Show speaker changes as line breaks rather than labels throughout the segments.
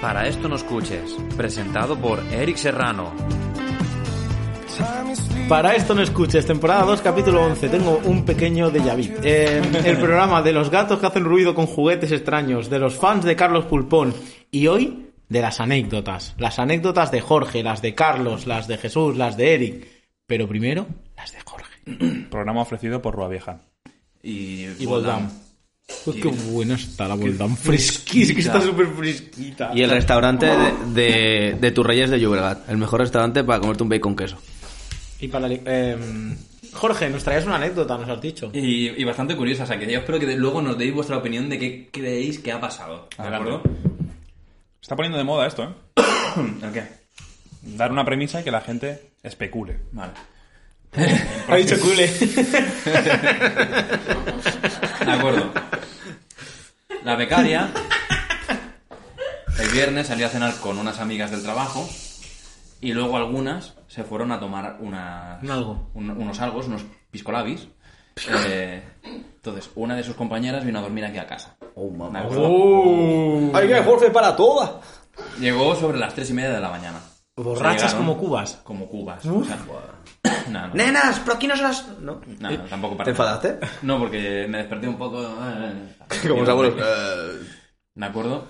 Para esto no escuches, presentado por Eric Serrano.
Para esto no escuches, temporada 2, capítulo 11. Tengo un pequeño déjà vu. Eh, el programa de los gatos que hacen ruido con juguetes extraños, de los fans de Carlos Pulpón y hoy de las anécdotas. Las anécdotas de Jorge, las de Carlos, las de Jesús, las de Eric. Pero primero, las de Jorge.
Programa ofrecido por Rua Vieja.
Y,
Y
Voldam.
Boldam. Pues qué buena está la Boldam. Fresquita. Es que está súper fresquita.
Y el restaurante
Eh,
de, de, de tus Reyes de Llobregat. El mejor restaurante para comerte un bacon queso.
Y para la li- em, Jorge, nos traías una anécdota, nos has dicho.
Y, y bastante curiosa, o sea, que yo espero que de- luego nos deis vuestra opinión de qué creéis que ha pasado. ¿De
Ah,
acuerdo?
Está poniendo de moda esto, ¿eh?
¿El qué?
Dar una premisa y que la gente especule.
Vale.
Ha dicho cule.
De acuerdo. La becaria el viernes salió a cenar con unas amigas del trabajo y luego algunas se fueron a tomar unas,
Un algo.
un- unos algos, unos piscolabis. Eh, entonces, una de sus compañeras vino a dormir aquí a casa. ¿De acuerdo?
Oh. Hay que Jorge para toda.
Llegó sobre las tres y media de la mañana.
Borrachas
Se
como cubas.
Como cubas. o sea, no, no,
Nenas, pero aquí no se las... No.
no, no, tampoco para
¿Te enfadaste?
No, porque me desperté un poco. eh,
Como
eh,
los abuelos.
eh, ¿De acuerdo?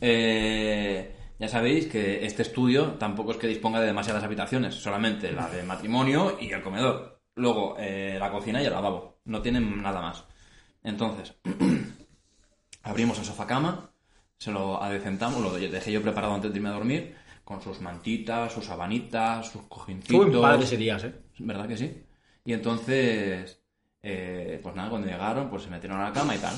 Eh, ya sabéis que este estudio tampoco es que disponga de demasiadas habitaciones, solamente la de matrimonio y el comedor. Luego, eh, la cocina y el lavabo. No tienen nada más. Entonces, abrimos el sofá cama, se lo adecentamos, lo dejé yo preparado antes de irme a dormir, con sus mantitas, sus sabanitas, sus
Qué buen
cojincitos.
padre serías, eh.
¿Verdad que sí? Y entonces, eh, pues nada, cuando llegaron, pues se metieron a la cama y tal.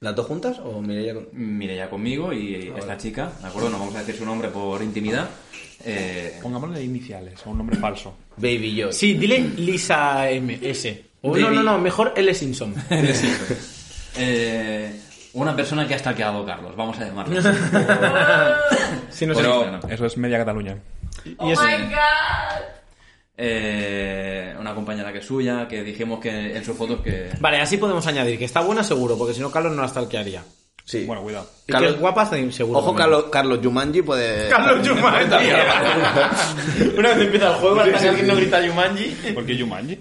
¿Las dos juntas o Mireia con...?
Mireia conmigo y esta chica, ¿de acuerdo? No vamos a decir su nombre por intimidad. Eh,
Pongámosle iniciales o un nombre falso.
Baby yo.
Sí, dile Lisa MS. O, no,
Baby.
no, no, mejor L. Simpson.
eh, una persona que ha stalkeado a Carlos, vamos a llamarlo.
Si no
Pero-
sé.
Eso es media Cataluña.
Y eso.
Eh, una compañera que es suya, que dijimos que en sus fotos que...
Vale, así podemos añadir que está buena seguro, porque si no Carlos no la stalkearía.
Sí.
Bueno, cuidado.
Y
Carlos-
que es guapa está seguro.
Ojo,
también.
Carlos, Carlos Jumanji puede...
Carlos Jumanji. Una vez empieza el juego, hasta que alguien no grita Jumanji.
¿Por qué Yumanji?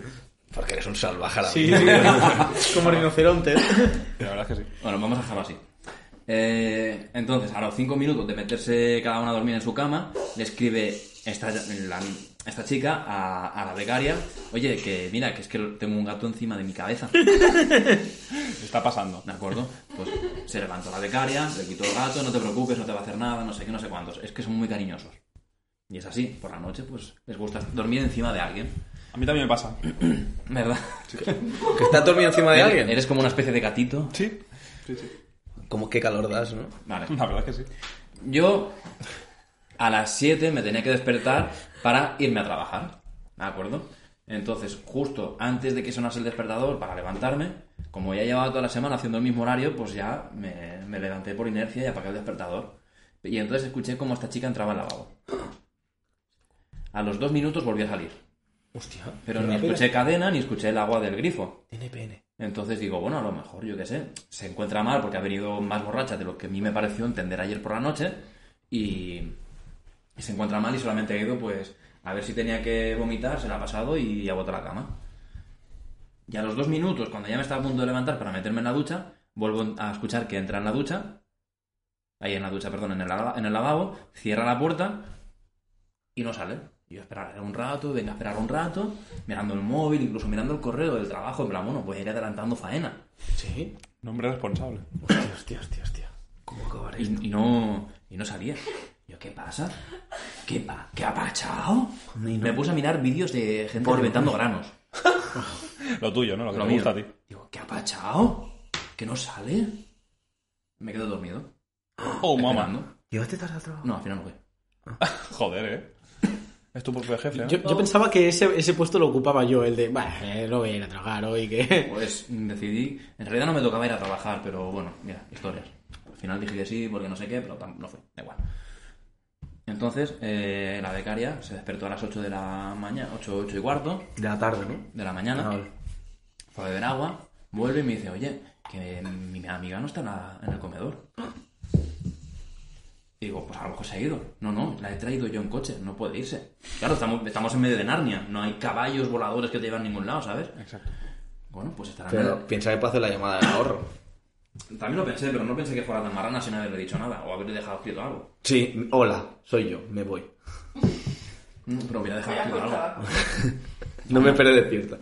Porque eres un salvaje a la
Sí,
vida.
sí. Como rinoceronte.
La verdad es que sí.
Bueno, vamos a dejarlo así. Eh, entonces, a los cinco minutos de meterse cada una a dormir en su cama, le escribe esta, la- esta chica a, a la becaria, oye, que mira, que es que tengo un gato encima de mi cabeza.
Está pasando.
¿De acuerdo? Pues se levantó la becaria, le quitó el gato, no te preocupes, no te va a hacer nada, no sé qué, no sé cuántos. Es que son muy cariñosos. Y es así, por la noche, pues les gusta dormir encima de alguien.
A mí también me pasa.
¿Verdad?
Que está dormido encima de alguien.
Eres como una especie de gatito.
Sí.
Como que calor das, ¿no?
Vale.
La verdad es que sí.
Yo a las 7 me tenía que despertar para irme a trabajar. ¿De acuerdo? Entonces, justo antes de que sonase el despertador para levantarme, como ya llevaba toda la semana haciendo el mismo horario, pues ya me, me levanté por inercia y apagué el despertador. Y entonces escuché cómo esta chica entraba al lavabo. A los dos minutos volví a salir. Hostia. Pero ni
pues,
escuché cadena ni escuché el agua del grifo.
Tiene pene.
Entonces digo, bueno, a lo mejor, yo qué sé, se encuentra mal porque ha venido más borracha de lo que a mí me pareció entender ayer por la noche y, y se encuentra mal y solamente ha ido pues a ver si tenía que vomitar, se la ha pasado y ha botado la cama. Y a los dos minutos, cuando ya me estaba a punto de levantar para meterme en la ducha, vuelvo a escuchar que entra en la ducha, ahí en la ducha, perdón, en el, lava- en el lavabo, cierra la puerta y no sale. Y Yo esperaré un rato, venga, esperar un rato, mirando el móvil, incluso mirando el correo del trabajo, en plan, bueno, voy a ir adelantando faena.
Sí.
Nombre responsable.
Hostia, hostia, hostia. ¿Cómo acabaré?
Y, y no y no salía. Yo, ¿qué pasa? ¿Qué, pa ¿Qué ha pachado? Me puse a mirar vídeos de gente reventando granos.
Lo tuyo, ¿no? Lo que
Lo
te
mío.
gusta a ti.
Digo, ¿qué ha pachado? ¿Que no sale? Me quedo dormido.
Oh, mamá.
esperando.
¿Llevaste tarde al trabajo?
No, al final no fui.
Joder, ¿eh? Es tu propio jefe. ¿eh?
Yo, yo pensaba que ese, ese puesto lo ocupaba yo, el de, bueno, eh, no voy a ir a trabajar hoy, que...
Pues decidí... En realidad no me tocaba ir a trabajar, pero bueno, mira, historias. Al final dije que sí, porque no sé qué, pero tam- no fui. Da igual. Entonces, eh, la becaria se despertó a las 8 de la mañana, 8, 8 y cuarto
De la tarde, ¿no?
de la mañana.
Ah, vale.
fue a beber agua, vuelve y me dice, oye, que mi amiga no está en, la- en el comedor. Y digo, pues a lo mejor se ha ido. No, no, la he traído yo en coche, no puede irse. Claro, estamos, estamos en medio de Narnia, no hay caballos voladores que te llevan a ningún lado, ¿sabes?
Exacto.
Bueno, pues estará en
Pero piensa que puede hacer la llamada de ahorro.
el- También lo pensé, pero no pensé que fuera tan marrana sin haberle dicho nada o haberle dejado escrito algo.
Sí, hola, soy yo, me voy.
Mm, Pero hubiera dejado
Voy a
escrito algo.
cortar.
No me esperé despierta.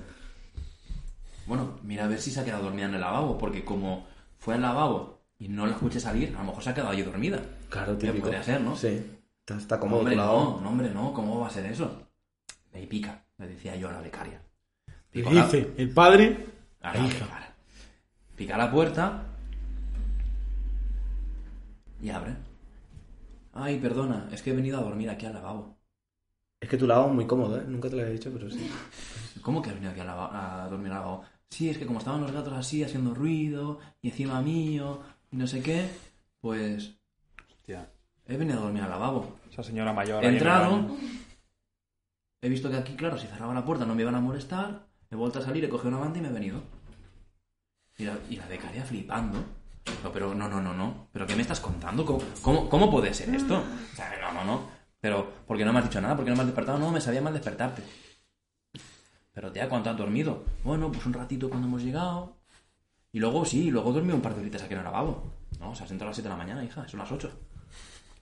Bueno, mira a ver si se ha quedado dormida en el lavabo, porque como fue al lavabo y no la escuché salir, a lo mejor se ha quedado allí dormida.
Claro,
Que
típico.
podría ser, ¿no?
Sí. Está, está
No,
cómodo
hombre,
tu lado.
no, no, hombre, no, ¿cómo va a ser eso? Me pica, le decía yo a la becaria.
Le
Digo,
dice el padre.
a la- a la becaria. Pica la puerta y abre. Ay, perdona, es que he venido a dormir aquí al lavabo.
Es que tu lado es muy cómodo, ¿eh? Nunca te lo había dicho, pero sí.
¿Cómo que has venido aquí al lavabo- a, dormir al lavabo? Sí, es que como estaban los gatos así, haciendo ruido, y encima mío, y no sé qué, pues
Hostia.
he venido a dormir al lavabo.
Esa señora mayor.
He
ahí en el
entrado,
baño.
he visto que aquí, claro, si cerraba la puerta no me iban a molestar, he vuelto a salir, he cogido una manta y me he venido. Y la, y la becaria flipando. No, pero no, no, no, no. ¿Pero qué me estás contando? ¿Cómo, cómo, cómo puede ser esto? O sea, no, no, no. Pero, ¿por qué no me has dicho nada? ¿Por qué no me has despertado? No, me sabía mal despertarte. Pero, tía, ¿cuánto has dormido? Bueno, pues un ratito cuando hemos llegado. Y luego, sí, luego he dormido un par de horitas aquí en el lavabo. No, se has entrado a las 7 de la mañana, hija, son las 8.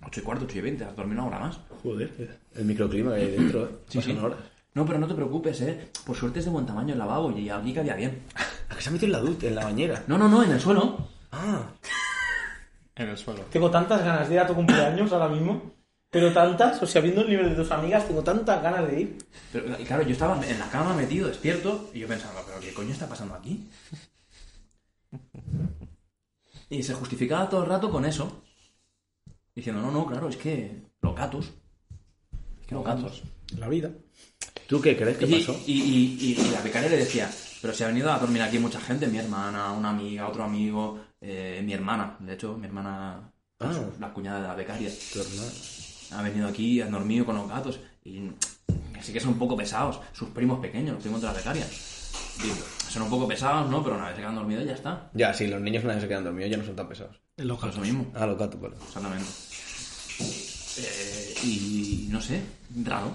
8 y cuarto, 8 y 20, has dormido una hora más.
Joder, el microclima que hay dentro, ¿eh?
Sí,
Pasan
sí.
horas.
No, pero no te preocupes, ¿eh? Por suerte es de buen tamaño el lavabo y aquí cabía bien.
¿A qué se ha metido en la ducha, en la bañera?
No, no, no, en el suelo.
Ah,
En el suelo.
Tengo tantas ganas de ir a tu cumpleaños ahora mismo. Pero tantas, o sea, viendo el nivel de tus amigas, tengo tantas ganas de ir.
Pero y claro, yo estaba en la cama metido, despierto, y yo pensaba, ¿pero qué coño está pasando aquí? Y se justificaba todo el rato con eso. Diciendo, no, no, claro, es que los gatos. Es que los gatos.
La vida.
¿tú qué crees que
Y,
pasó?
y- y- y la becaria le decía, pero si ha venido a dormir aquí mucha gente, mi hermana, una amiga, otro amigo, eh, mi hermana, de hecho, mi hermana,
Ah.
la cuñada de la becaria.
Tu hermano.
ha venido aquí, han dormido con los gatos y así que son un poco pesados, sus primos pequeños, los primos de la becaria. Digo, son un poco pesados, ¿no? Pero una vez que han dormido ya está.
Ya, sí, los niños una vez se quedan dormidos ya no son tan pesados.
Por eso mismo,
Ah, los gatos, vale.
exactamente. Eh, y no sé, raro.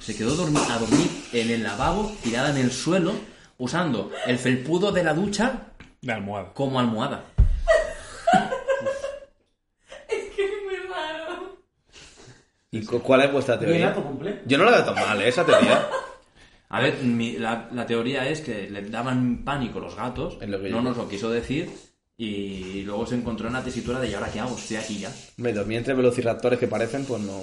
Se quedó dormi- a dormir en el lavabo, tirada en el suelo, usando el felpudo de la ducha
De almohada.
como almohada.
Es que es muy raro.
¿Y cu- cuál es vuestra
Viene
teoría?
a tu cumple.
Yo no la veo tan mal, ¿eh? esa teoría.
A ver, mi- la, la teoría es que le daban pánico los gatos,
Es lo que yo
no
creo.
nos lo quiso decir, y luego se encontró en la tesitura de ¿y ahora qué hago? Estoy aquí ya.
Me dormí entre velociraptores que parecen, pues no.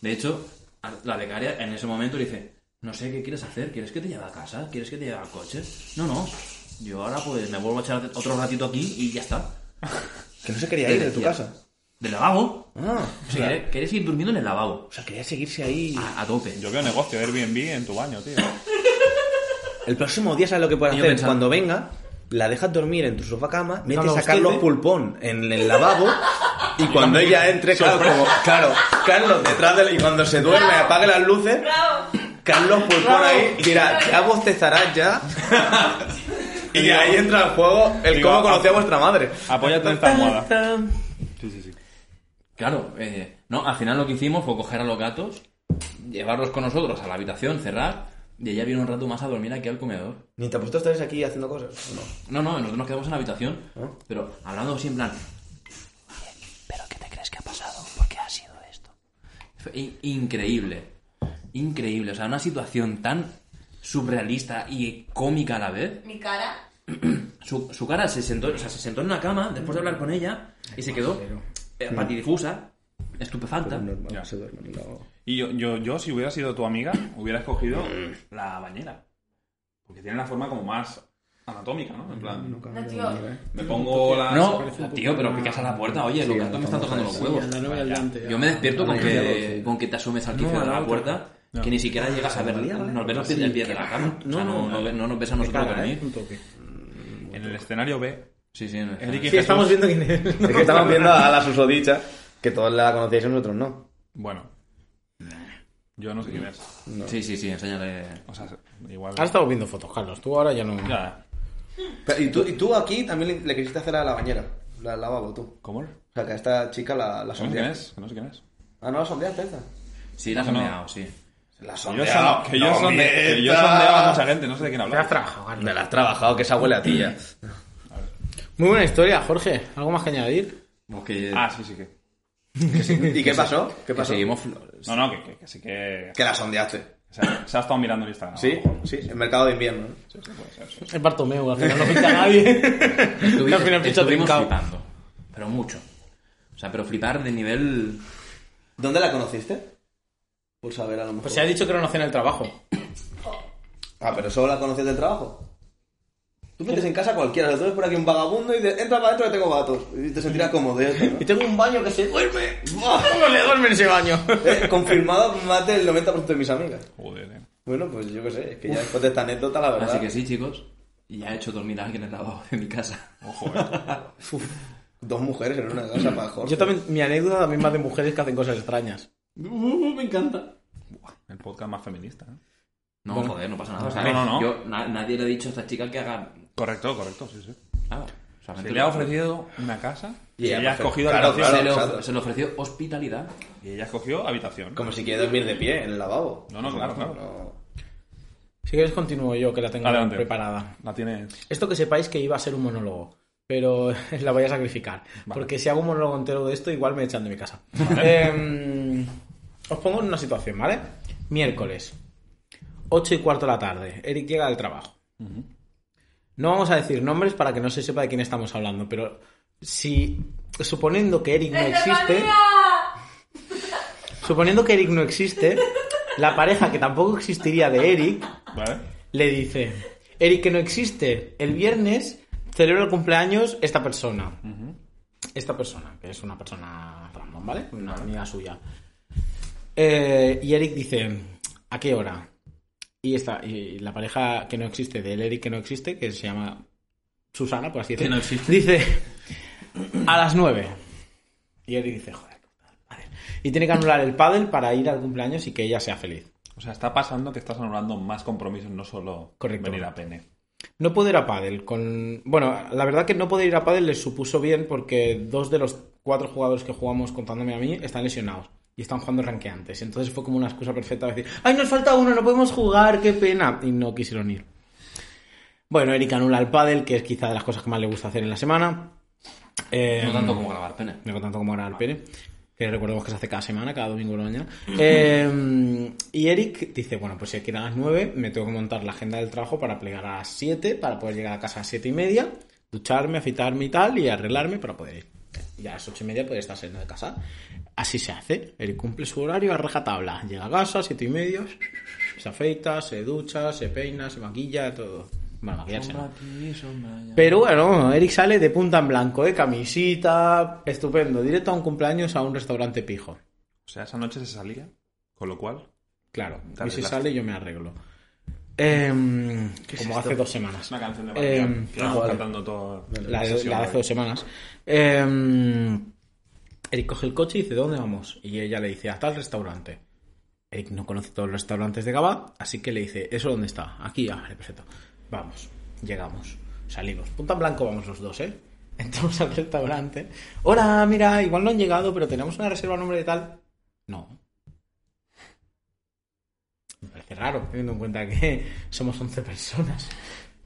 De hecho, a- la becaria en ese momento le dice, no sé qué quieres hacer, ¿quieres que te lleve a casa? ¿Quieres que te lleve al coche? No, no, yo ahora pues me vuelvo a echar otro ratito aquí y ya está.
Que no se quería ir de tu
Decía,
casa.
¿Del lavabo?
Ah,
O sea, ¿quieres- ¿Quieres ir durmiendo en el lavabo?
o sea, quería seguirse ahí.
A, a tope.
Yo veo negocio Airbnb en tu baño, tío.
El próximo día, ¿sabes lo que puedes
Y yo
hacer?
pensaba-
Cuando venga, la dejas dormir en tu sofá cama, metes
Carlos
a Carlos
Tete.
Pulpón en el lavabo y cuando ella entre, claro, como, claro, Carlos detrás de la- y cuando se duerme, apague las luces,
Bravo.
Carlos Pulpón
Bravo.
ahí, dirá, ya bostezarás ya. y ahí entra el juego el
Digo,
cómo
a-
conocí a vuestra madre.
Apóyate en esta almohada. Sí, sí, sí.
Claro, eh, no, al final lo que hicimos fue coger a los gatos, llevarlos con nosotros a la habitación, cerrar, y ella vino un rato más a dormir aquí al comedor.
Mientras vosotros estáis aquí haciendo cosas, ¿o
No,
no?
no, nosotros nos quedamos en la habitación, pero hablando así en plan... ¿Pero qué te crees que ha pasado? ¿Por qué ha sido esto? Fue in- increíble, increíble, o sea, una situación tan surrealista y cómica a la vez.
Mi cara.
Su, su cara se sentó, o sea, se sentó en una cama después de hablar con ella y se quedó eh, patidifusa, estupefacta.
Normal,
Ya.
se duerme en el lavabo.
Y yo, yo, yo, si hubiera sido tu amiga, hubiera escogido la bañera. Porque tiene la forma como más anatómica, ¿no? En plan,
No, tío.
me pongo la...
No, tío, pero picas a la puerta, oye, los
Sí,
gatos me están tocando los huevos.
adelante.
Yo me despierto con
ya
que, con que te asomes al quicio de la puerta, que ni siquiera llegas a ver, nos ves los pies del pie de la cama. O sea, no, no, ve- no nos ves a nosotros
¿eh?
¿eh?
dormir.
En el escenario B,
Sí, sí, no.
Eric y
Sí, estamos
Jesús-
viendo quién es.
Es que estamos viendo a la susodicha, que todos la conocíais y nosotros no.
Bueno. Yo no sé quién es.
Sí, sí, sí, enséñale.
O sea, igual...
Has estado viendo fotos, Carlos. Tú ahora ya no.
Ya.
Pero, ¿y, tú, y tú aquí también le, le quisiste hacer a la bañera. la lavabo tú.
¿Cómo?
O sea, que a esta chica la, la
No sé quién
sondeaste.
es, que no sé quién es.
Ah, no la sondeaste esta.
Sí, la has
No, no.
meado, sí.
La
Yo son- que yo son de- que yo sondeaba a mucha gente, no sé de quién
Te has
hablar.
trabajado, Carlos.
Me la has trabajado, que esa huele a tía.
Muy buena historia, Jorge. ¿Algo más que añadir?
Como que,
Ah, sí, sí que.
¿Y qué pasó? ¿Qué
que
pasó?
seguimos flo-
No, no, que, que, que sí que.
Que la sondeaste.
Se ha, se ha estado mirando el Instagram.
¿Sí? Sí, el mercado de invierno. ¿no?
Es Bartomeu, al final no pinta a nadie.
Estuvi-
al final pincha
estuvimos
trincao.
flipando. Pero mucho. O sea, pero flipar de nivel...
¿Dónde la conociste? Por saber a lo mejor.
Pues se ha dicho que era una cena del trabajo.
Ah, pero solo la conocías del trabajo. Tú metes en casa a cualquiera, tú ves por aquí un vagabundo y dices, entra para adentro que tengo gatos. Y te sentirás como de esto,
Y tengo un baño que se duerme.
¿no?
¿Cómo le duerme en ese baño?
Eh, confirmado más del 90% de mis amigas.
Joder, eh.
Bueno, pues yo qué sé, es que ya después de esta anécdota, la verdad.
Así que sí, chicos. Ya he hecho dormir a alguien en el lavabo de mi casa.
Ojo, eh.
Dos mujeres en una casa para Jorge.
Yo también, mi anécdota también más de mujeres que hacen cosas extrañas.
me encanta.
El podcast más feminista. ¿eh?
No, joder, no pasa nada. O sea,
No, no, no.
Yo, na- nadie le ha dicho a esta chica que haga
Correcto, correcto, sí, sí.
nada.
Ah,
Solamente
Se le ha ofrecido una casa
Y
y ella
ella
ha
perfecto.
escogido
Claro,
habitación.
se, le of-
claro.
se le ofreció hospitalidad.
Y ella escogió habitación.
Como si quiere dormir de pie en el lavabo.
No, no, claro, claro.
No.
Si queréis continúo yo, que la tengo
Adelante.
preparada.
La tiene.
Esto que sepáis que iba a ser un monólogo, pero la voy a sacrificar.
Vale.
Porque si hago un monólogo entero de esto, igual me echan de mi casa. Em, os pongo en una situación, ¿vale? Miércoles, 8 y cuarto de la tarde. Eric llega del trabajo. No vamos a decir nombres para que no se sepa de quién estamos hablando, pero si suponiendo que Eric no existe, suponiendo que Eric no existe, la pareja que tampoco existiría de Eric
¿Vale?
le dice, Eric que no existe, el viernes celebra el cumpleaños esta persona. Esta persona, que es una persona random, ¿vale? Una amiga suya. Eh, y Eric dice, ¿a qué hora? Y, esta, y la pareja que no existe, del Eric que no existe, que se llama Susana, por así decirlo,
no existe.
dice, a las nueve. Y Eric dice, joder, madre". Y tiene que anular el pádel para ir al cumpleaños y que ella sea feliz.
O sea, está pasando que estás anulando más compromisos, no solo
Correcto.
venir a pene.
No puedo ir a pádel con... Bueno, la verdad que no poder ir a pádel les supuso bien porque dos de los cuatro jugadores que jugamos contándome a mí están lesionados y están jugando ranqueantes. Entonces fue como una excusa perfecta para decir, ¡ay, nos falta uno, no podemos jugar, qué pena! Y no quisieron ir. Bueno, Erika anula el pádel, que es quizá de las cosas que más le gusta hacer en la semana. Eh,
No tanto como grabar pene.
no tanto como Gran Pérez, que recordemos que se hace cada semana, cada domingo por la mañana. Eh, y Eric dice, bueno, pues si hay que ir a las 9, me tengo que montar la agenda del trabajo para plegar a las 7, para poder llegar a casa a las 7 y media, ducharme, afeitarme y tal, y arreglarme para poder ir. Y a las 8 y media podría estar saliendo de casa. Así se hace. Eric cumple su horario a rajatabla. Llega a casa a 7 y media, se afeita, se ducha, se peina, se maquilla, todo. Bueno, maquillarse no. Pero bueno, Eric sale de punta en blanco, de camisita, estupendo, directo a un cumpleaños a un restaurante pijo.
O sea, esa noche se salía, con lo cual.
Claro,
Te
y si
arreglaste.
sale yo me arreglo. Em, como hace dos
Es
semanas.
una canción de
Eh,
María. que vamos
vale.
cantando todo.
La de,
sesión
la de hace
hoy.
dos semanas. Em, Eric coge el coche y dice, ¿dónde vamos? Y ella le dice, hasta el restaurante. Eric no conoce todos los restaurantes de Gabá, así que le dice, ¿eso dónde está? Aquí, ah, vale, perfecto. Vamos, llegamos, salimos. Punta en blanco vamos los dos, ¿eh? Entramos al restaurante. Hola, mira, igual no han llegado, pero tenemos una reserva a nombre de tal. No. Me parece raro, teniendo en cuenta que somos 11 personas.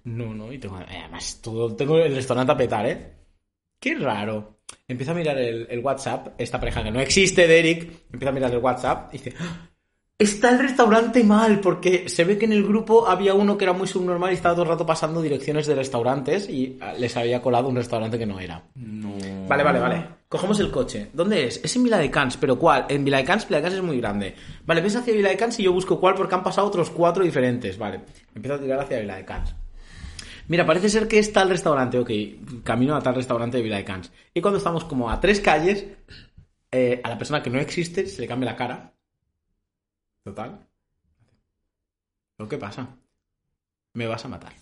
No, no, y tengo, eh, además todo, tengo el restaurante a petar, ¿eh? Qué raro. Empieza a mirar el, el WhatsApp, esta pareja que no existe de Eric, empieza a mirar el WhatsApp y dice, "¡Ah! está el restaurante mal, porque se ve que en el grupo había uno que era muy subnormal y estaba todo el rato pasando direcciones de restaurantes y ah, les había colado un restaurante que no era.
No.
Vale, vale, vale. Cogemos el coche. ¿Dónde es? Es en Vila de Cans, pero ¿cuál? En Vila de Cans, Vila de Cans es muy grande. Vale, ves hacia Vila de Cans y yo busco cuál porque han pasado otros cuatro diferentes. Vale, empiezo a tirar hacia Vila de Cans. Mira, parece ser que es tal restaurante, ok, camino a tal restaurante de Vila de Cans. Y cuando estamos como a tres calles, eh, a la persona que no existe se le cambia la cara. Total. ¿Lo que pasa? Me vas a matar.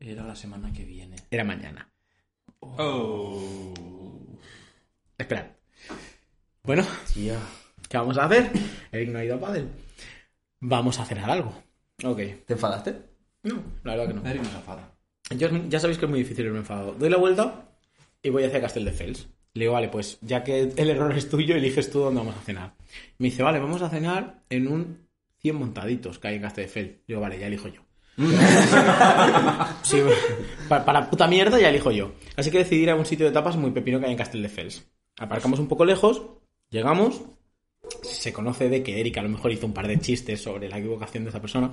Era la semana que viene.
Era mañana.
Oh.
Esperad. Bueno, ¿qué vamos a hacer? Eric no ha ido a pádel. Vamos a hacer algo. Ok.
¿Te enfadaste?
No, la verdad que no.
Eric nos enfada.
Yo, ya sabéis que es muy difícil irme enfadado. Doy la vuelta y voy hacia Castelldefels. Le digo, vale, pues ya que el error es tuyo, eliges tú dónde vamos a cenar. Me dice, vale, vamos a cenar en un 100 montaditos que hay en Castelldefels. Digo, vale, ya elijo yo. Sí, para, para puta mierda ya elijo yo. Así que decidí ir a un sitio de tapas muy pepino que hay en Castelldefels. Aparcamos un poco lejos, llegamos, se conoce de que Eric a lo mejor hizo un par de chistes sobre la equivocación de esa persona.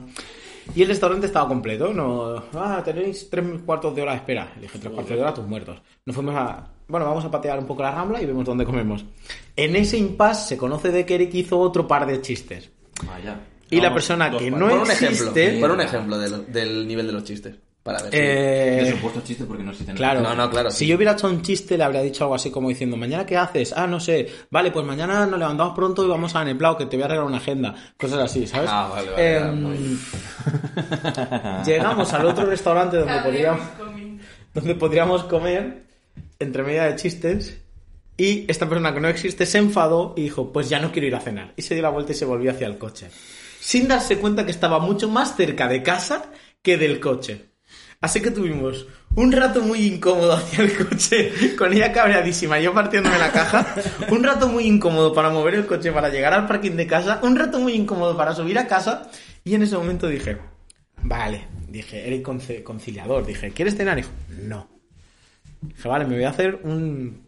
Y el restaurante estaba completo. No, ah, tenéis tres cuartos de hora de espera. Le dije, tres cuartos de hora, tus muertos. Nos fuimos a. Bueno, vamos a patear un poco la rambla y vemos dónde comemos. En ese impasse se conoce de que Eric hizo otro par de chistes.
Vaya.
Y la
Vamos,
persona
dos
que
par-
no
Pon un ejemplo.
existe.
Pon un ejemplo de lo- del nivel de los chistes. Para ver si-
eh,
Yo supuesto chiste porque no existen.
Claro.
No, no, claro,
Si
sí.
yo hubiera hecho un chiste, le habría dicho algo así como diciendo, mañana qué haces? Ah, no sé. Vale, pues mañana nos levantamos pronto y vamos a Neplao, que te voy a regalar una agenda. Cosas así, ¿sabes?
Ah, vale, vale,
Em,
vale, muy bien.
llegamos al otro restaurante donde podríamos,
Cabríamos comiendo.
donde podríamos comer, entre media de chistes, y esta persona que no existe se enfadó y dijo, pues ya no quiero ir a cenar. Y se dio la vuelta y se volvió hacia el coche. Sin darse cuenta que estaba mucho más cerca de casa que del coche. Así que tuvimos un rato muy incómodo hacia el coche, con ella cabreadísima, yo partiéndome la caja, un rato muy incómodo para mover el coche para llegar al parking de casa, un rato muy incómodo para subir a casa, y en ese momento dije, vale, dije, eres conce- conciliador, dije, ¿quieres cenar? Dijo, no. Dije, vale, me voy a hacer un...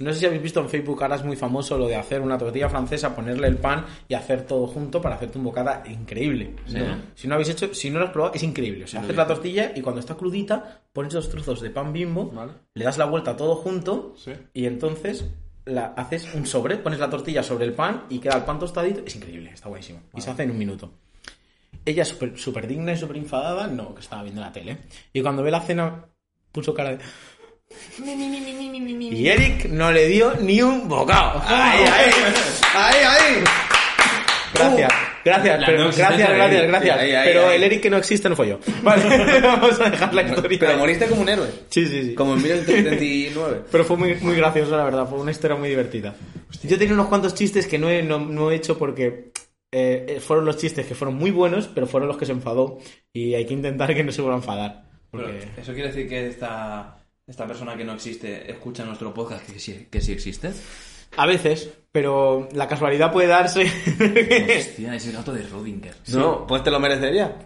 No sé si habéis visto en Facebook, ahora es muy famoso lo de hacer una tortilla francesa, ponerle el pan y hacer todo junto para hacerte un bocata increíble.
Sí.
No, Si no habéis hecho, si no lo has probado, es increíble. O sea, haces la tortilla y cuando está crudita, pones dos trozos de pan bimbo,
Vale.
le das la vuelta todo junto
Sí.
y entonces la, haces un sobre, pones la tortilla sobre el pan y queda el pan tostadito. Es increíble, está buenísimo. Y se hace en un minuto. Ella súper súper digna y súper enfadada, no, que estaba viendo la tele. Y cuando ve la cena, puso cara de... Y Eric no le dio ni un bocado. Ahí, ahí,
Uh.
ahí, ahí. Gracias, gracias,
La
pero-
no existencia
gracias,
de
gracias,
Eric.
gracias.
Sí, ahí, ahí,
pero
ahí.
el Eric que no existe no fue yo. Vale, vamos a dejar la historia.
Pero moriste como un héroe.
Sí, sí, sí.
Como en 1979.
Pero fue muy, muy gracioso, la verdad. Fue una historia muy divertida. Yo tenía unos cuantos chistes que no he, no, no he hecho porque eh, eh, fueron los chistes que fueron muy buenos, pero fueron los que se enfadó. Y hay que intentar que no se vuelva a enfadar. Porque...
Eso quiere decir que esta, esta persona que no existe escucha nuestro podcast que sí, que sí existe.
A veces, pero la casualidad puede darse.
Hostia, es el gato de Rodinger.
No, pues te lo merecería.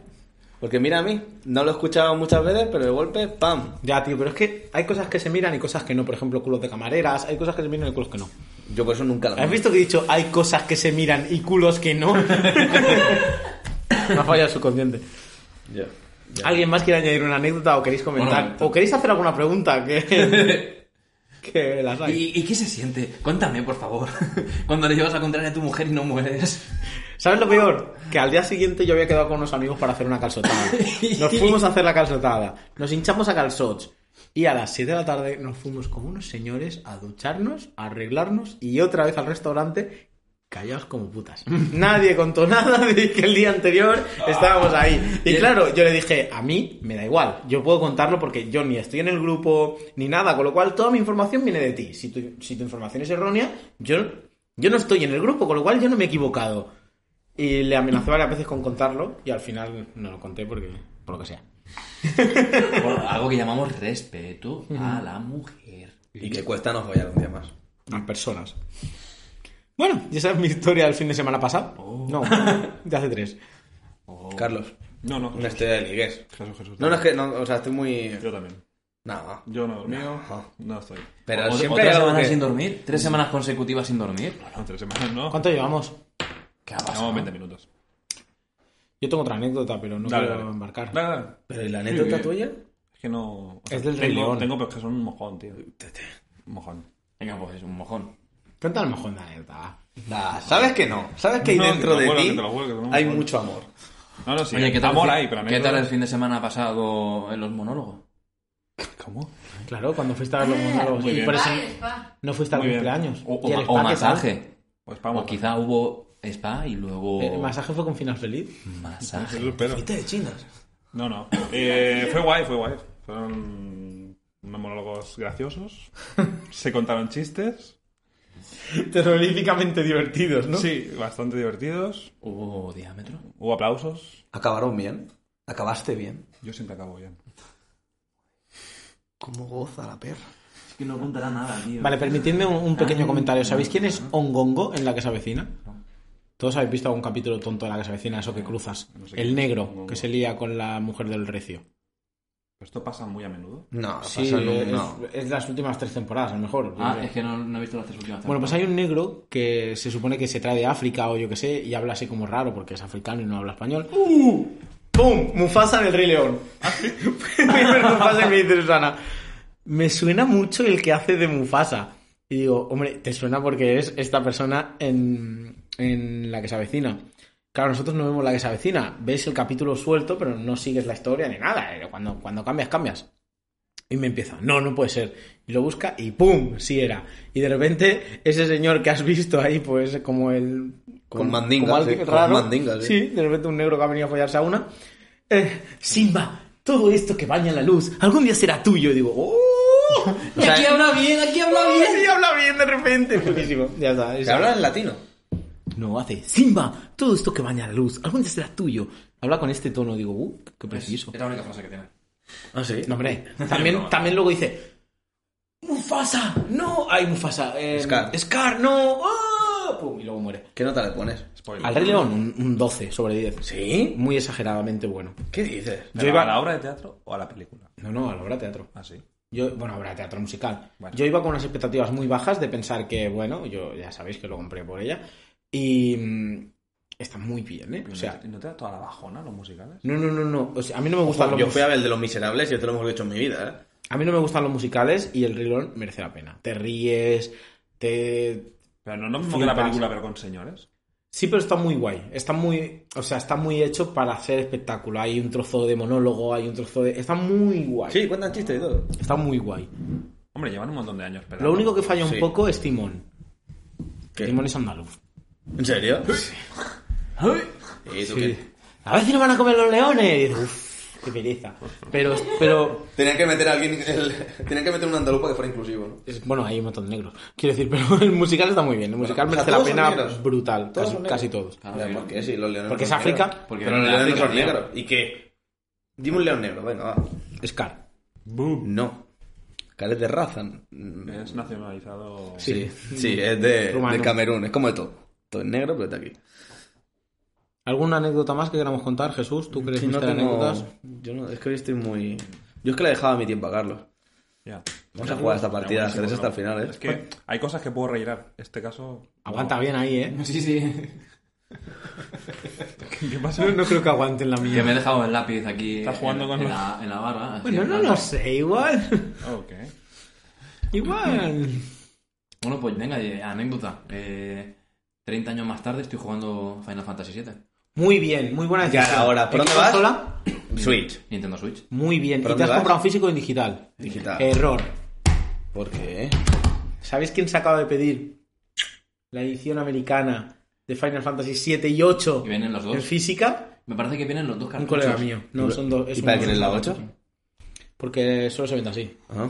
Porque mira a mí, no lo he escuchado muchas veces, pero de golpe, ¡pam!
ya, tío, pero es que hay cosas que se miran y cosas que no. Por ejemplo, culos de camareras. Hay cosas que se miran y culos que no.
Yo por eso nunca lo
¿Has visto que he dicho hay cosas que se miran y culos que no? No falla el subconsciente.
Ya.
¿Alguien más quiere añadir una anécdota o queréis comentar?
Bueno,
¿O queréis hacer alguna pregunta? Que, que las hay.
¿Y, y qué se siente? Cuéntame, por favor. Cuando le llevas la contraria a tu mujer y no mueres.
¿Sabes lo peor? Que al día siguiente yo había quedado con unos amigos para hacer una calzotada. Nos fuimos a hacer la calzotada. Nos hinchamos a calzots. Y a las 7 de la tarde nos fuimos como unos señores a ducharnos, a arreglarnos y otra vez al restaurante callados como putas. Nadie contó nada de que el día anterior estábamos ahí. Y claro, yo le dije, a mí me da igual, yo puedo contarlo porque yo ni estoy en el grupo ni nada, con lo cual toda mi información viene de ti. Si tu, si tu información es errónea, yo, yo no estoy en el grupo, con lo cual yo no me he equivocado. Y le amenazó varias veces con contarlo y al final no lo conté porque, por lo que sea.
Por algo que llamamos respeto a la mujer.
Y que cuesta no follar un día más.
Las personas. Bueno, y esa es mi historia del fin de semana pasado. No, de hace tres.
Carlos,
No, no.
una historia de ligues.
Jesús, Jesús.
No, no es que, no, o sea, estoy muy...
Yo también.
Nada.
Yo no he dormido.
No.
No, estoy.
Pero
¿Ot-
siempre hay
¿Otra
algo
semana
que...
sin dormir? ¿Tres semanas consecutivas sin dormir?
No, tres semanas no.
¿Cuánto llevamos?
¿Qué ha pasado?
Llevamos 20 minutos.
Yo tengo otra anécdota, pero no
Dale,
quiero
dale.
embarcar.
Dale, dale.
Pero ¿y la anécdota
Sí,
tuya?
Es que no. o
Es del Rey
tengo,
León.
tengo, pero es que son un mojón, tío. Mojón.
Venga, pues un mojón.
Cuenta el mojón de anécdota.
Nah, sabes que no. Sabes que
No,
hay
que
dentro
te lo
de
juro,
ti
que te lo juro, que te lo
hay
juro.
mucho amor.
No, no, sí.
Oye, ¿qué tal,
amor
el fin-
ahí, pero a mí
¿qué
no-
tal el fin de semana pasado en los monólogos?
¿Cómo?
Claro, cuando fuiste a ver los monólogos.
Ah, muy
Y
bien.
por eso
Vale, spa.
no fuiste al
Muy bien.
cumpleaños.
O, o
Y el
ma-
spa,
o
¿qué tal?
masaje.
Pues
O
vamos.
quizá hubo spa y luego
El masaje fue con final feliz.
masaje.
Eso espero.
¿Viste de chinas?
No, no. Eh, fue guay, fue guay. Fueron unos monólogos graciosos. Se contaron chistes.
Terroríficamente divertidos, ¿no?
Sí, bastante divertidos.
¿Hubo diámetro?
Hubo aplausos.
¿Acabaron bien? ¿Acabaste bien?
Yo siempre acabo bien.
¿Cómo goza la perra?
que no contará nada, tío.
Vale, permitidme un, un pequeño comentario. ¿Sabéis quién es Ongongo en la que se avecina? Todos habéis visto algún capítulo tonto de la que se avecina, eso que cruzas. El negro que se lía con la mujer del recio.
Esto pasa muy a menudo.
No,
Sí,
pasa nunca,
es,
no.
es las últimas tres temporadas, a lo mejor.
Ah,
Yo
es
sé.
que no, no he visto las tres últimas.
Bueno, pues hay un negro que se supone que se trae de África o yo que sé y habla así como raro porque es africano y no habla español. ¡Uh! ¡Pum! Mufasa del Rey León.
Ah,
Primero Mufasa y me dice Susana. Me suena mucho el que hace de Mufasa. Y digo, hombre, te suena porque es esta persona en, en la que se avecina. Claro, nosotros no vemos la que se avecina. Ves el capítulo suelto, pero no sigues la historia ni nada. Eh, Cuando, cuando cambias, cambias. Y me empieza, no, no puede ser. Y lo busca y ¡pum! Sí era. Y de repente, ese señor que has visto ahí, pues como el.
Con mandinga,
alguien
sí, con
raro.
mandinga, sí.
de repente un negro que ha venido a follarse a una. eh, Simba, todo esto que baña la luz, algún día será tuyo. Y digo, ¡oh! Y aquí habla bien, aquí habla bien. Y habla bien de repente. Buenísimo. Ya está.
Se
esa-
habla en latino.
No, hace, Simba, todo esto que baña la luz, algún día será tuyo. Habla con este tono, digo, ¡uh! ¡Qué preciso!
Es la única frase que tiene.
Ah, sí.
No, hombre. También, también luego dice. Mufasa, no. Ay, Mufasa. eh,
Scar.
Scar, no. ¡Ah! Pum, y luego muere.
¿Qué nota le pones?
Al Rey León, un, un 12 sobre 10.
¿Sí?
Muy exageradamente bueno.
¿Qué dices?
¿Pero
Yo iba-
¿A la obra de teatro o a la película?
No, no, a la obra de teatro.
Ah, sí.
Yo, bueno, habrá teatro musical.
Bueno.
Yo iba con unas expectativas muy bajas de pensar que, bueno, yo ya sabéis que lo compré por ella. Y mm, está muy bien, ¿eh? O sea,
¿Y no te da toda la bajona los musicales?
no, no, no, no. O sea, a mí no me gustan los
Yo fui a ver el de los miserables y yo te lo hemos hecho en mi vida, ¿eh?
A mí no me gustan los musicales y el Rilón merece la pena. Te ríes, te...
Pero no es lo mismo que la
Flipas.
película, pero con señores.
Sí, pero está muy guay. Está muy... O sea, está muy hecho para ser espectáculo. Hay un trozo de monólogo, hay un trozo de... Está muy guay.
Sí, cuentan chistes y todo.
Está muy guay.
Hombre, llevan un montón de años. Pero
Lo único que falla un
Sí.
poco es Timón.
¿Qué?
Timón es andaluz.
¿En serio? ¿Y tú qué?
A ver si nos van a comer los leones. Uf, qué pereza. Pero, pero...
Tenían que meter a alguien, el- tenían que meter un andaluz para que fuera inclusivo, ¿no?
es- Bueno, hay un montón de negros. Quiero decir, pero el musical está muy bien. El musical
o sea,
merece
todos son
la pena
negros.
brutal. casi-
Todos son negros.
casi todos.
Claro,
Ah, Mira,
sí.
¿Por qué? Si los leones
Porque es
son negros.
África.
Porque
Pero los
en la
leones no son
África
negros. ¿Y qué? Dime un león negro, venga, va.
Scar. Uh.
No. Cales de raza. Mm,
Es nacionalizado.
Sí, sí, es de,
Rumano.
de Camerún. Es como de todo. Todo es negro, pero está aquí.
¿Alguna anécdota más que queramos contar, Jesús? ¿Tú crees
Sí,
que
no
no
tengo...
anécdotas?
Yo no, es que hoy estoy muy... Yo es que le dejaba mi tiempo a Carlos.
Ya.
Vamos a jugar esta partida de
Buenísimo,
ajedrez
¿no?
hasta el final, ¿eh?
Es que hay cosas que puedo reirar. Este caso.
Aguanta bien ahí, ¿eh?
Sí, sí.
¿Qué pasa?
No, creo que aguanten la
Que me he dejado el lápiz aquí.
Estás jugando
en,
con
en
los-
la, en la barra. así,
Bueno,
en
no
plan-
lo sé, igual.
Ok.
Igual.
Bueno, pues venga, eh, anécdota. Eh, 30 años más tarde estoy jugando Final Fantasy VII.
Muy bien, muy buena
Ya
decisión.
ahora,
¿En
¿por
qué
dónde vas?
consola?
Switch.
Nintendo Switch.
Muy bien. ¿Y te
¿Por dónde
has
vas?
comprado físico o en digital?
Digital.
Error.
¿Por qué?
¿Sabéis quién se acaba de pedir? La edición americana de Final Fantasy VII y 8
Y vienen los
en
dos.
física.
Me parece que vienen los dos
Un
cartuchos.
colega mío. No, son dos. es
¿Y
un-
para quién es la
un-
8?
Porque solo se vende así.
Ah.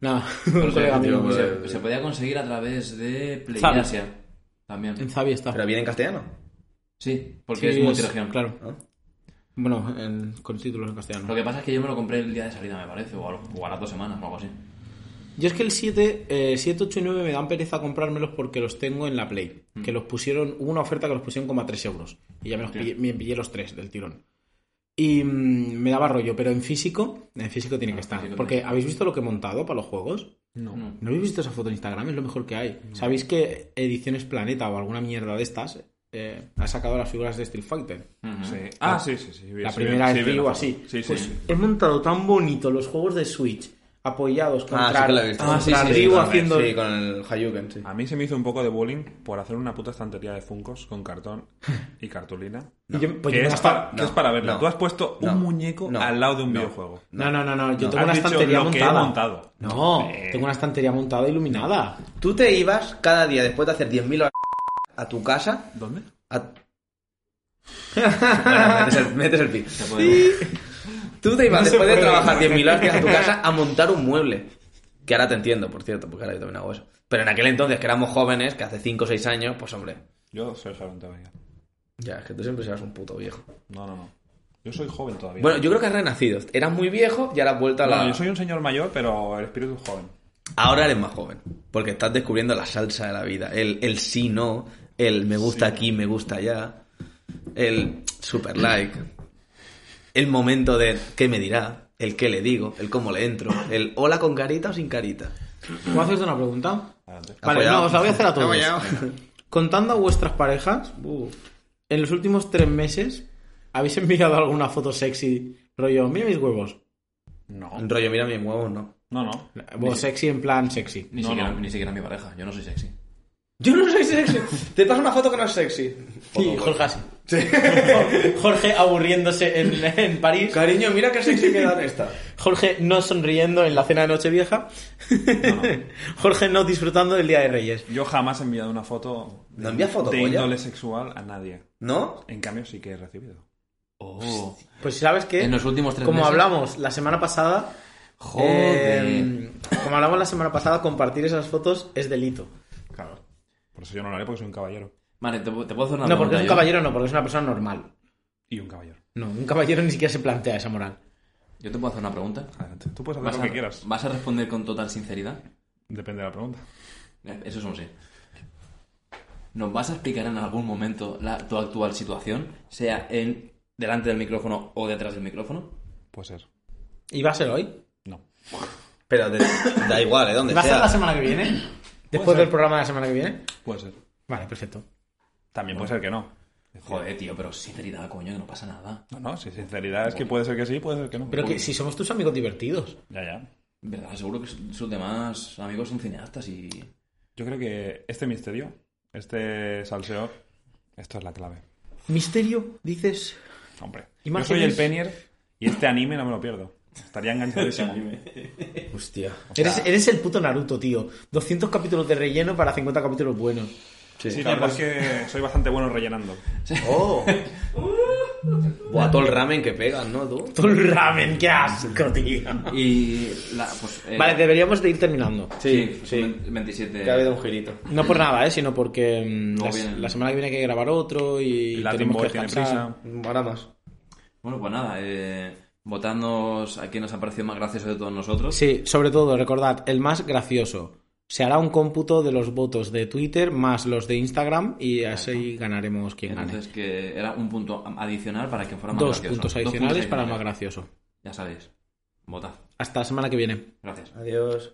No, un colega
tío,
mío.
pues-
Se, se podía conseguir a través de
Zabi.
PlayAsia.
En
También.
Zabi está.
¿Pero viene en castellano?
Sí, porque
Sí,
es multiregión.
Claro.
¿no?
Bueno, en- con títulos en
Lo
castellano.
que pasa es que yo me lo compré el día de salida, me parece, o a, lo- o a las dos semanas o algo así.
Yo es que el 7, eh, 7, 8 y 9 me dan pereza comprármelos porque los tengo en la Play. Que los pusieron, hubo una oferta que los pusieron como a 3 euros. Y ya me los
Hostia.
pillé, me pillé los 3 del tirón. Y mm, me daba rollo, pero en físico, en físico tiene que estar.
físico
Porque
tiene
¿habéis visto lo que he montado para los juegos?
No.
¿No habéis visto esa foto en Instagram? Es lo mejor que hay. ¿Sabéis que Ediciones Planeta o alguna mierda de estas eh, ha sacado las figuras de Steel Fighter?
Ujú.
Sí. Ah, sí, sí, sí.
La
sí,
primera
sí,
vez que
vi
digo
la
así.
foto. Sí, sí.
Pues he montado tan bonito los juegos de Switch apoyados contra,
Ah, sí que lo he visto.
contra
Ah, sí, sí, sí,
Ryu
totalmente,
haciendo...
Sí, con el Ah. Hayuken, sí.
A mí se me hizo un poco de bullying por hacer una puta estantería de funcos con cartón y cartulina.
Y yo- pues yo
que
me
es,
gastaba-
para, que
no,
es para verla.
no,
Tú has puesto
no,
un muñeco
no,
al lado de un
no.
videojuego.
No, no, no, no. Yo tengo
Has
una
dicho
estantería
lo que he
montada.
montado.
No,
Eh.
tengo una estantería montada iluminada.
Tú te ibas cada día después de hacer 10.000 horas a tu casa
¿Dónde?
a... Bueno, metes, el, metes el pi.
Se puede-
Tú te ibas
No se
después de
puede.
trabajar 10.000 horas a tu casa a montar un mueble. Que ahora te entiendo, por cierto, porque ahora yo también hago eso. Pero en aquel entonces, que éramos jóvenes, que hace 5 o 6 años, pues hombre...
Yo soy joven todavía.
Ya, es que tú siempre serás un puto viejo.
No, no, no. Yo soy joven todavía.
Bueno, yo creo que has renacido. Eras muy viejo y ahora has vuelto a la...
No, yo soy un señor mayor, pero el espíritu es joven.
Ahora eres más joven, porque estás descubriendo la salsa de la vida. El, el sí, no, el me gusta aquí, me gusta allá, el super like, el momento de qué me dirá, el qué le digo, el cómo le entro, el hola con carita o sin carita.
¿Puedo hacerte una pregunta? Vale,
Apoyado.
no, os la voy a hacer a todos.
Apoyado.
Contando a vuestras parejas, en los últimos tres meses, ¿habéis enviado alguna foto sexy rollo? Mira mis huevos.
No.
Un rollo, mira mis huevos, no.
No, no.
Vos sexy en plan sexy.
Ni, siquiera, ni siquiera mi pareja, yo no soy sexy.
Yo no soy sexy. Te paso una foto que no es sexy.
Y Jorge así. Jorge aburriéndose en, en París.
Cariño, mira qué sexy queda esta.
Jorge no sonriendo en la cena de Nochevieja. Jorge no disfrutando del Día de Reyes.
Yo jamás he enviado una foto de,
¿No envías foto,
de
polla?
índole sexual a nadie.
¿No?
En cambio, sí que he recibido.
Oh,
Pues sabes que,
En los últimos tres
como
meses.
hablamos la semana pasada,
joder.
eh, como hablamos la semana pasada, compartir esas fotos es delito.
Claro. Por eso yo no lo haré porque soy un caballero.
Vale, te, pu- te puedo hacer una
No, porque
pregunta
es un
yo?
caballero, no, porque es una persona normal.
Y un caballero.
No, un caballero ni siquiera se plantea esa moral.
Yo te puedo hacer una pregunta.
Adelante. Tú puedes hacer
¿Vas
lo
a,
que quieras.
¿Vas a responder con total sinceridad?
Depende de la pregunta.
Eh, Eso es un sí. ¿Nos vas a explicar en algún momento la, tu actual situación? Sea en delante del micrófono o detrás del micrófono.
Puede ser.
¿Y va a ser hoy?
No.
Pero te- da igual, ¿eh? Donde
¿Va a ser la
sea.
semana que viene?
Puede
¿Después
ser.
del programa de la semana que viene?
Puede ser.
Vale, perfecto.
También puede ser que no.
Joder, tío, pero sinceridad, coño, que no pasa nada.
No, no, si sinceridad es que puede ser que sí, puede ser que no.
Pero que si somos tus amigos divertidos.
Ya, ya.
¿Verdad? Seguro que su- sus demás amigos son cineastas y...
Yo creo que este misterio, este salseo, esto es la clave.
Misterio, dices.
Hombre. Yo soy
Imágenes.
el Penier y este anime no me lo pierdo. Estaría enganchadísimo.
Hostia.
Eres, eres el puto Naruto, tío. 200 capítulos de relleno para 50 capítulos buenos.
Sí, la verdad es que soy bastante bueno rellenando.
¡Oh! Buah, todo el ramen que pegas, ¿no, tú?
Todo el ramen, qué asco, tío.
Eh. Y... La, pues, eh,
Vale, deberíamos de ir terminando.
Sí, sí. 27...
un girito.
No por nada, ¿eh? sino porque mm,
No,
la,
bien.
la semana que viene hay que grabar otro y
El Latin
tenemos que
Boy tiene
descansar.
prisa.
Ahora más.
Bueno, pues nada, eh, votadnos a quien nos ha parecido más gracioso de todos nosotros.
Sí, sobre todo, recordad, el más gracioso. Se hará un cómputo de los votos de Twitter más los de Instagram y así ganaremos quien gane.
Entonces que era un punto adicional para que fuera más
Dos
gracioso.
puntos adicionales para el más gracioso.
Ya sabéis. Votad.
Hasta la semana que viene.
Gracias.
Adiós.